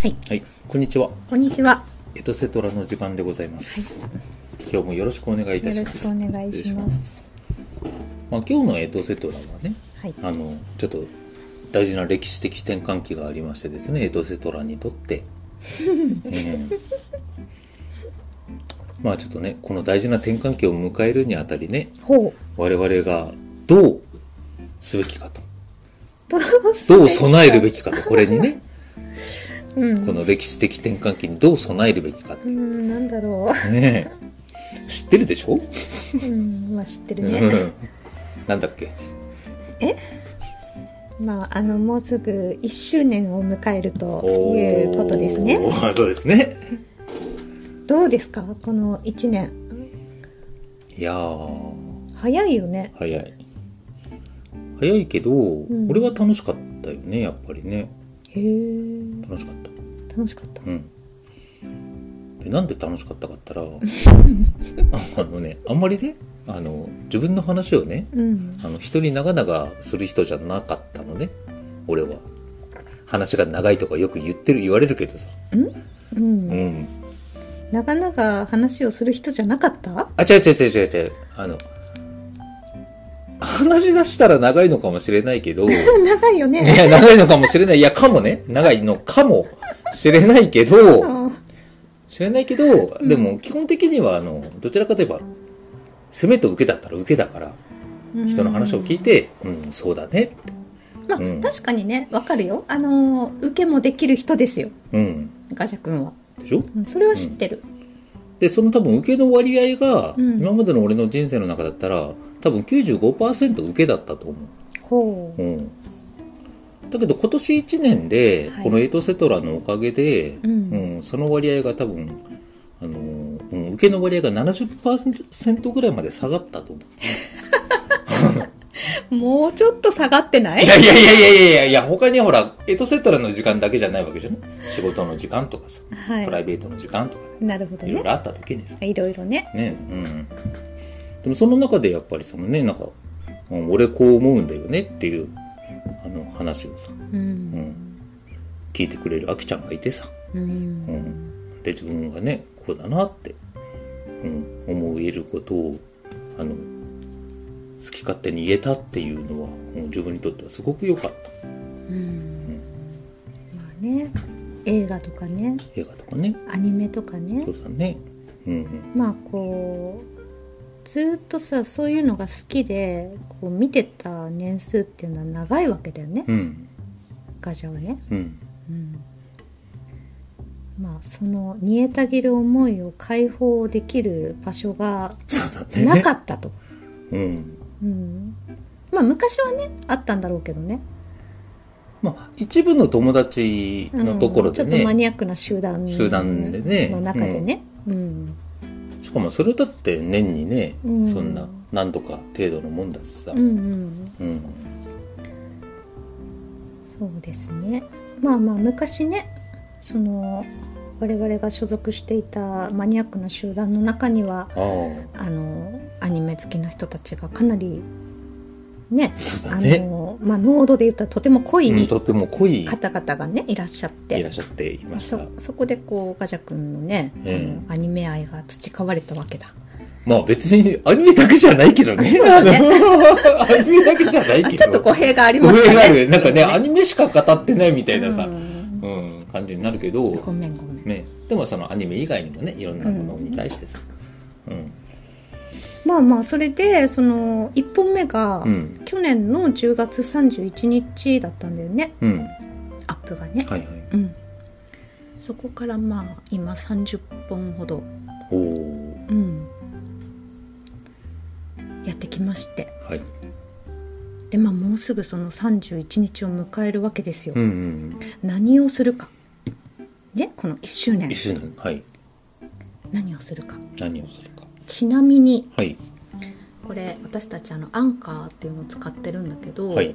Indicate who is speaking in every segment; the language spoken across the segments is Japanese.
Speaker 1: はい、
Speaker 2: はい、こんにちは。
Speaker 1: こんにちは。
Speaker 2: エトセトラの時間でございます。今日もよろしくお願いいた
Speaker 1: よ
Speaker 2: し
Speaker 1: ろ
Speaker 2: ま
Speaker 1: し
Speaker 2: す。
Speaker 1: くお願いしま。
Speaker 2: 失礼しますまあ、今日のエトセトラはね、
Speaker 1: はい、
Speaker 2: あの、ちょっと大事な歴史的転換期がありましてですね、エトセトラにと って。ええまあちょっとね、この大事な転換期を迎えるにあたりね、
Speaker 1: ほう。
Speaker 2: 我々がどうすべきかと。
Speaker 1: どう
Speaker 2: どう備えるべきかと、これにね、
Speaker 1: き。うん。
Speaker 2: この歴史的転換期にどう備えるべきかっ
Speaker 1: うーん、なんだろ
Speaker 2: て。ねえ知ってるでしょ
Speaker 1: う。うん、まあ知ってる
Speaker 2: う
Speaker 1: ね。
Speaker 2: んなんだっけ
Speaker 1: まああのもうすぐ1周年を迎えるということですね。
Speaker 2: おーそうですね
Speaker 1: どうですかこの1年。
Speaker 2: いやー
Speaker 1: 早いよね。
Speaker 2: 早い早いけど、
Speaker 1: ん
Speaker 2: 俺は楽しかったよねやっぱりね
Speaker 1: へえ。
Speaker 2: 楽しかった
Speaker 1: 楽しかった。
Speaker 2: うんでなんで楽しかったか ったらあのねあんまりねあの自分の話をね
Speaker 1: うん。
Speaker 2: あの人に長々する人じゃなかったのね俺は話が長いとかよく言ってる言われるけどさ
Speaker 1: う。
Speaker 2: うんん
Speaker 1: なかなか話をする人じゃなかった
Speaker 2: あ、違う違う違う違う違う。あの、話し出したら長いのかもしれないけど、い
Speaker 1: 長いよ ね。
Speaker 2: や、長いのかもしれない。いや、かもね。長いのかもしれないけど、
Speaker 1: あ
Speaker 2: しれないけど、
Speaker 1: ん
Speaker 2: でも基本的には、あの、どちらかといえば、攻めと受けだったら受けだから、
Speaker 1: ー
Speaker 2: 人の話を聞いて、うん、そうだねって。
Speaker 1: まあ、
Speaker 2: うん
Speaker 1: 確かにね、わかるよ。あのー、受けもできる人ですよ、
Speaker 2: うん。
Speaker 1: ガジャ君は。
Speaker 2: でしょ
Speaker 1: うん、それは知ってる。
Speaker 2: で、その多分受けの割合が、
Speaker 1: うん
Speaker 2: 今までの俺の人生の中だったら、多分95%受けだったと思う。
Speaker 1: ほう。
Speaker 2: うん、だけど今年1年で、
Speaker 1: はい
Speaker 2: このエイトセトラのおかげで、
Speaker 1: うん
Speaker 2: うんその割合が多分、あのーうん受けの割合が70%ぐらいまで下がったと思う。
Speaker 1: もうちょっと下がってない
Speaker 2: いやいやいやいやいやいやいや、他にほら、エイトセトラの時間だけじゃないわけじゃない仕事の時間とかさ、プラ
Speaker 1: は
Speaker 2: イベートの時間とか、
Speaker 1: い。なるほど
Speaker 2: いろい
Speaker 1: ね。
Speaker 2: ろあった時にさ、
Speaker 1: いろいろね。
Speaker 2: ね、うん。でもその中でやっぱりそのね、なんか、うん俺こう思うんだよねっていう、あの話をさ、
Speaker 1: う。
Speaker 2: うんん、聞いてくれるあきちゃんがいてさ、
Speaker 1: う。
Speaker 2: うんん、で自分がねこうだなって、うん、思えることをあの好き勝手に言えたっていうのはもう自分にとってはすごく良かった
Speaker 1: うん。まあね、映画とかね、
Speaker 2: 映画とかね
Speaker 1: アニメとかね
Speaker 2: そう。だねうん
Speaker 1: まあこう、ずーっとさ、そういうのが好きで、こう見てた年数っていうのは長いわけだよね、
Speaker 2: うん
Speaker 1: ガジャはね。
Speaker 2: うん
Speaker 1: うんまあその煮えたぎる思いを解放できる場所が
Speaker 2: そうだね
Speaker 1: なかったと、
Speaker 2: うん
Speaker 1: うん、まあ昔はねあったんだろうけどね
Speaker 2: まあ一部の友達のところで
Speaker 1: うんちょっとマ
Speaker 2: ね、
Speaker 1: ニアックな集団
Speaker 2: 集団でね
Speaker 1: の中でね、うん
Speaker 2: しかもそれだって年にね、
Speaker 1: うん
Speaker 2: そんな何度か程度のもんだしさ、
Speaker 1: うんうん
Speaker 2: うん
Speaker 1: そうですねまあまあ昔ねその我々が所属していたマニアックな集団の中には
Speaker 2: ああ
Speaker 1: あのアニメ好きな人たちがかなりね
Speaker 2: そうだ
Speaker 1: あ
Speaker 2: ね
Speaker 1: の、まあ、濃度で言ったらとても濃
Speaker 2: うん
Speaker 1: い
Speaker 2: とても濃い
Speaker 1: 方々がねいらっしゃっ
Speaker 2: いら
Speaker 1: て
Speaker 2: っしゃっていました
Speaker 1: そそこでこうガジャ君のね、
Speaker 2: え
Speaker 1: あのアニメ愛が培われたわけだ
Speaker 2: まあ別にアニメだけじゃないけどね。
Speaker 1: あそうだね
Speaker 2: あのアニメだけじゃないけ
Speaker 1: あ
Speaker 2: ど。
Speaker 1: ちょっと語弊がありまし
Speaker 2: 上があ
Speaker 1: た
Speaker 2: る
Speaker 1: ね
Speaker 2: なんかね、アニメしか語ってないみたいなさ、
Speaker 1: う
Speaker 2: うんん、感じになるけど、
Speaker 1: ごめんごめん
Speaker 2: ね、でもそのアニメ以外にもね、いろんなものに対してさ、うん。
Speaker 1: まあまあそれでその1本目が、
Speaker 2: うん。
Speaker 1: 去年の10月31日だったんだよね
Speaker 2: うん。
Speaker 1: アップがね、
Speaker 2: はいはい。
Speaker 1: うんそこからまあ今30本ほど
Speaker 2: おお。
Speaker 1: うん、やってきまして
Speaker 2: はい。
Speaker 1: でまあもうすぐその31日を迎えるわけですよ、
Speaker 2: うんうん。
Speaker 1: 何をするかねこの1周年
Speaker 2: 一周年。はい。
Speaker 1: 何をするか
Speaker 2: 何をするか。
Speaker 1: ちなみに
Speaker 2: はい。
Speaker 1: これ私たちあのアンカーっていうのを使ってるんだけど、
Speaker 2: はい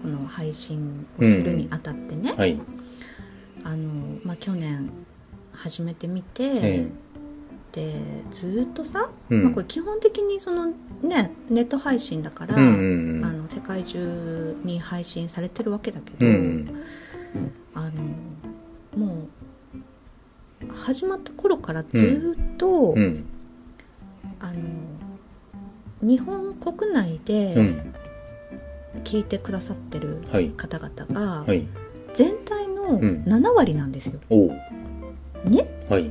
Speaker 1: この配信をするにあたってね、
Speaker 2: はい。
Speaker 1: あのまあ、去年始めてみて、
Speaker 2: え
Speaker 1: でずーっとさ、
Speaker 2: え。うん。
Speaker 1: まあ、これ基本的にそのねネット配信だから、
Speaker 2: うんうんうん
Speaker 1: あの世界中に配信されてるわけだけど、
Speaker 2: うん。
Speaker 1: あのもう始まった頃からずっと、
Speaker 2: うん
Speaker 1: あの日本国内
Speaker 2: う
Speaker 1: で
Speaker 2: ん
Speaker 1: 聞いてくださってる
Speaker 2: はい
Speaker 1: 方々
Speaker 2: は
Speaker 1: が
Speaker 2: い
Speaker 1: 全体の
Speaker 2: うん
Speaker 1: 7割なんですよ。
Speaker 2: おう
Speaker 1: ね
Speaker 2: はい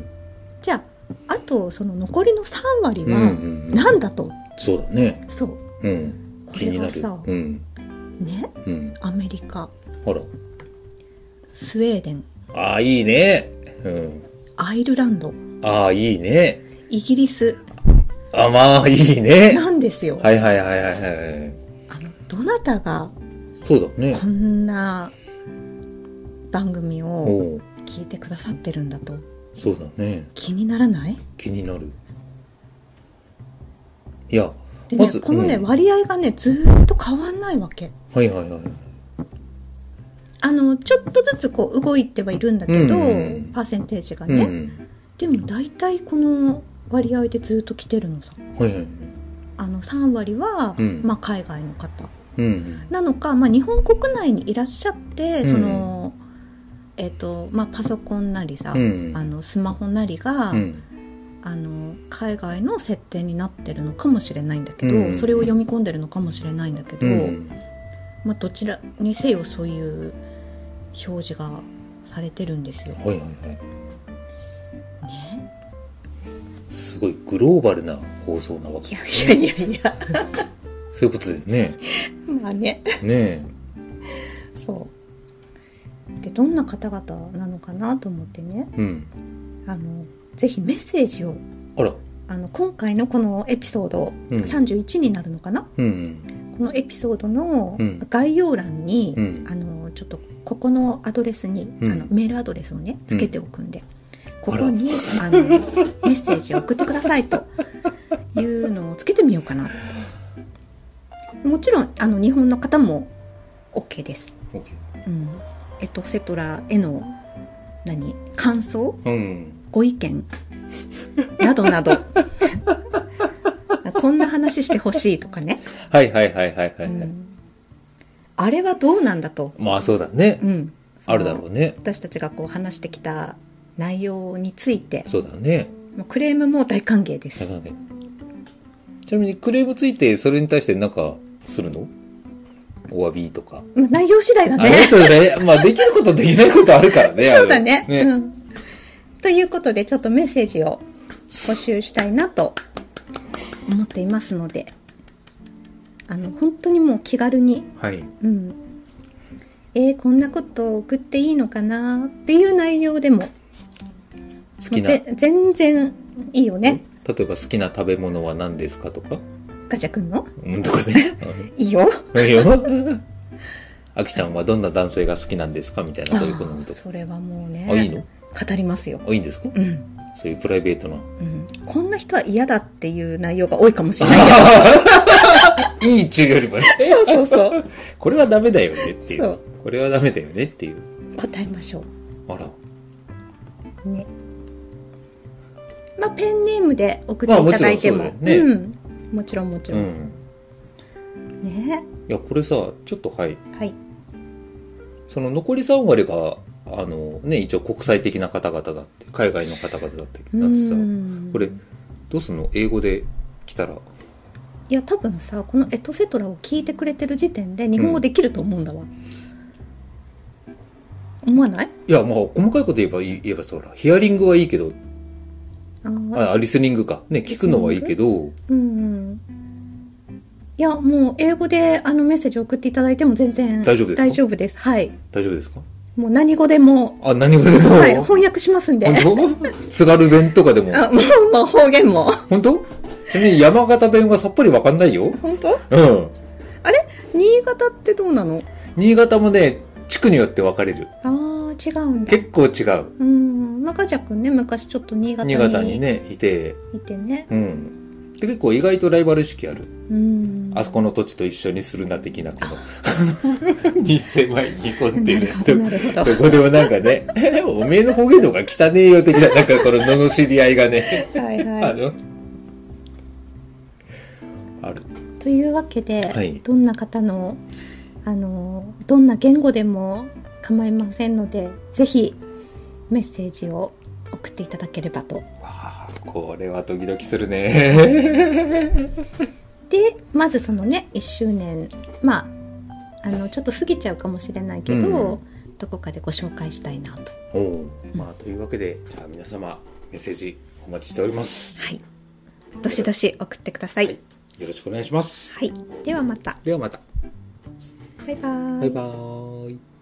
Speaker 1: じゃああとその残りの3割
Speaker 2: うんうん
Speaker 1: は
Speaker 2: うん
Speaker 1: なんだと、
Speaker 2: そうだね
Speaker 1: そう
Speaker 2: うん
Speaker 1: こ
Speaker 2: 気
Speaker 1: れ
Speaker 2: にな
Speaker 1: が
Speaker 2: る
Speaker 1: さ
Speaker 2: うん
Speaker 1: ね
Speaker 2: うん
Speaker 1: アメリカ
Speaker 2: ほら
Speaker 1: スウェーデン
Speaker 2: ああいいねうん
Speaker 1: アイルランド
Speaker 2: ああいいね
Speaker 1: イギリス
Speaker 2: あまあいいね
Speaker 1: なんですよ。
Speaker 2: はいはいはいはいはい
Speaker 1: あのどなたが
Speaker 2: そうだね
Speaker 1: こんな番組を
Speaker 2: おう
Speaker 1: 聞いてくださってるんだと
Speaker 2: そうだね
Speaker 1: 気にならない
Speaker 2: 気になるいや
Speaker 1: でね、
Speaker 2: まず
Speaker 1: このね、
Speaker 2: うん
Speaker 1: 割合がねずーっと変わんないわけ
Speaker 2: はいはいはい
Speaker 1: あのちょっとずつこう動いてはいるんだけど、
Speaker 2: うんうんうん
Speaker 1: パーセンテージが
Speaker 2: う
Speaker 1: ね、
Speaker 2: ん
Speaker 1: でも大体この割合でずーっと来てるのさ
Speaker 2: はいはい
Speaker 1: あの3割は、
Speaker 2: うん
Speaker 1: まあ、海外の方
Speaker 2: うん
Speaker 1: なのか、まあ、日本国内にいらっしゃって
Speaker 2: うん
Speaker 1: その、えっ、とまあパソコンなりさ、
Speaker 2: うん
Speaker 1: あのスマホなりが、
Speaker 2: うん
Speaker 1: あの海外の設定になってるのかもしれないんだけど、
Speaker 2: うん
Speaker 1: それを読み込んでるのかもしれないんだけど、
Speaker 2: うん
Speaker 1: まあ、どちらにせよそういう表示がされてるんですよ。
Speaker 2: はいはいはい
Speaker 1: ね、
Speaker 2: すごいグローバルな放送なわけ
Speaker 1: いやいやいやいや
Speaker 2: そういうことですね
Speaker 1: ま あね
Speaker 2: ね
Speaker 1: そうでどんな方々なのかなと思ってね
Speaker 2: えうん
Speaker 1: あのぜひメッセージを
Speaker 2: あら
Speaker 1: あの今回のこのエピソード
Speaker 2: うん
Speaker 1: 31になるのかな、
Speaker 2: うん
Speaker 1: このエピソードの
Speaker 2: うん
Speaker 1: 概要欄に、
Speaker 2: うん
Speaker 1: あのちょっとここのアドレスに、
Speaker 2: うん
Speaker 1: あのメールアドレスをねつけておくんで、こ
Speaker 2: あら
Speaker 1: こにあの メッセージを送ってくださいというのをつけてみようかなともちろんあの日本の方も OK です、
Speaker 2: オッケ
Speaker 1: うん、えっとセトラへの何感想
Speaker 2: ーうん
Speaker 1: ご意見 などなど こんな話してほしいとかね、
Speaker 2: はいはいはいはいは
Speaker 1: う
Speaker 2: いはい
Speaker 1: んあれはどうなんだと、
Speaker 2: まあそうだね
Speaker 1: うん、その
Speaker 2: あるだろうね
Speaker 1: 私たちがこう話してきた内容について
Speaker 2: そうだね
Speaker 1: もうクレームも大歓迎で
Speaker 2: な
Speaker 1: す
Speaker 2: かなかちなみにクレームついてそれに対してなんかするのお詫びとか
Speaker 1: まあ内容次第だ
Speaker 2: あ れ
Speaker 1: ね
Speaker 2: そうだねまあできることできないことあるからねあれ
Speaker 1: そうだね
Speaker 2: ね
Speaker 1: うん、ということでちょっとメッセージを募集したいなと思っていますのであの本当にもう気軽に
Speaker 2: はい
Speaker 1: うん、えーこんなこと送っていいのかなっていう内容でも
Speaker 2: 好きな
Speaker 1: ぜ全然いいよね
Speaker 2: 例えば好きな食べ物は何ですかとか
Speaker 1: ガチャくんの
Speaker 2: うんとかね
Speaker 1: いいよ
Speaker 2: うん いいよあきちゃんはどんな男性が好きなんですかみたいなそういう好み
Speaker 1: あー
Speaker 2: とか
Speaker 1: それはもうね
Speaker 2: あいいの
Speaker 1: 語りますよ
Speaker 2: あいいんですか
Speaker 1: うん、
Speaker 2: そういうプライベートな
Speaker 1: うん、こんな人は嫌だっていう内容が多いかもしれない
Speaker 2: いい中よりもね
Speaker 1: そうそうそう
Speaker 2: これはダメだよねってい
Speaker 1: そうう
Speaker 2: これはダメだよねっていう
Speaker 1: 答えましょ
Speaker 2: あら
Speaker 1: うねまあペンネームで送っていただいても,、
Speaker 2: まあもちろんそうだよね
Speaker 1: んもちろんもち
Speaker 2: う
Speaker 1: ろん、
Speaker 2: ん
Speaker 1: ね
Speaker 2: いやこれさちょっとはい
Speaker 1: はい
Speaker 2: その残り3割があのね一応国際的な方々だって海外の方々だってなってさ
Speaker 1: うん
Speaker 2: これどうすんの英語で来たら
Speaker 1: いや多分さこの「エトセトラ」を聞いてくれてる時点で日本語できると思うんだわ、思わない
Speaker 2: いやまあ細かいこと言えば言えばそうほらヒアリングはいいけど
Speaker 1: あー
Speaker 2: あ、リスニングか。ね、聞くのはいいけど、
Speaker 1: うんうんいやもう英語であのメッセージ送っていただいても全然
Speaker 2: 大丈夫ですか
Speaker 1: 大丈夫ですはい
Speaker 2: 大丈夫ですか
Speaker 1: もう何語でも、
Speaker 2: あ、何事でも。
Speaker 1: はい、翻訳しますんで
Speaker 2: 本 当津軽弁とかでも。
Speaker 1: あもうもう方言も
Speaker 2: 本当ちなみに山形弁はさっぱりわかんないよ。
Speaker 1: 本当
Speaker 2: うん。
Speaker 1: 新潟ってどうなの
Speaker 2: 新潟もね、地区によって分かれる。
Speaker 1: あー違うんだ
Speaker 2: 結構違う。
Speaker 1: うんまあガジャ君ね昔ちょっと新潟に
Speaker 2: 新潟にね、いて。
Speaker 1: いてね
Speaker 2: うん。で結構意外とライバル意識ある。
Speaker 1: うん
Speaker 2: あそこの土地と一緒にするな的なこの。に狭い煮込んで
Speaker 1: な
Speaker 2: る
Speaker 1: るほどなる ほど
Speaker 2: どこでもなんかね、 おめえの方言とか汚ねえよ的な、なんかこの罵り合いがね、
Speaker 1: はいは い
Speaker 2: あの、ある。
Speaker 1: というわけで、
Speaker 2: はい
Speaker 1: どんな方のあのどんな言語でも構いませんのでぜひメッセージを送っていただければと
Speaker 2: わあこれはドキドキするね
Speaker 1: でまずそのね1周年まああのちょっと過ぎちゃうかもしれないけど、どこかでご紹介したいなと
Speaker 2: おうまあというわけでじゃあ皆様メッセージお待ちしております
Speaker 1: はいどしどし送ってください、はい
Speaker 2: よろしくお願いします
Speaker 1: ではまた
Speaker 2: ではまた
Speaker 1: バイバーイ
Speaker 2: バイバーイ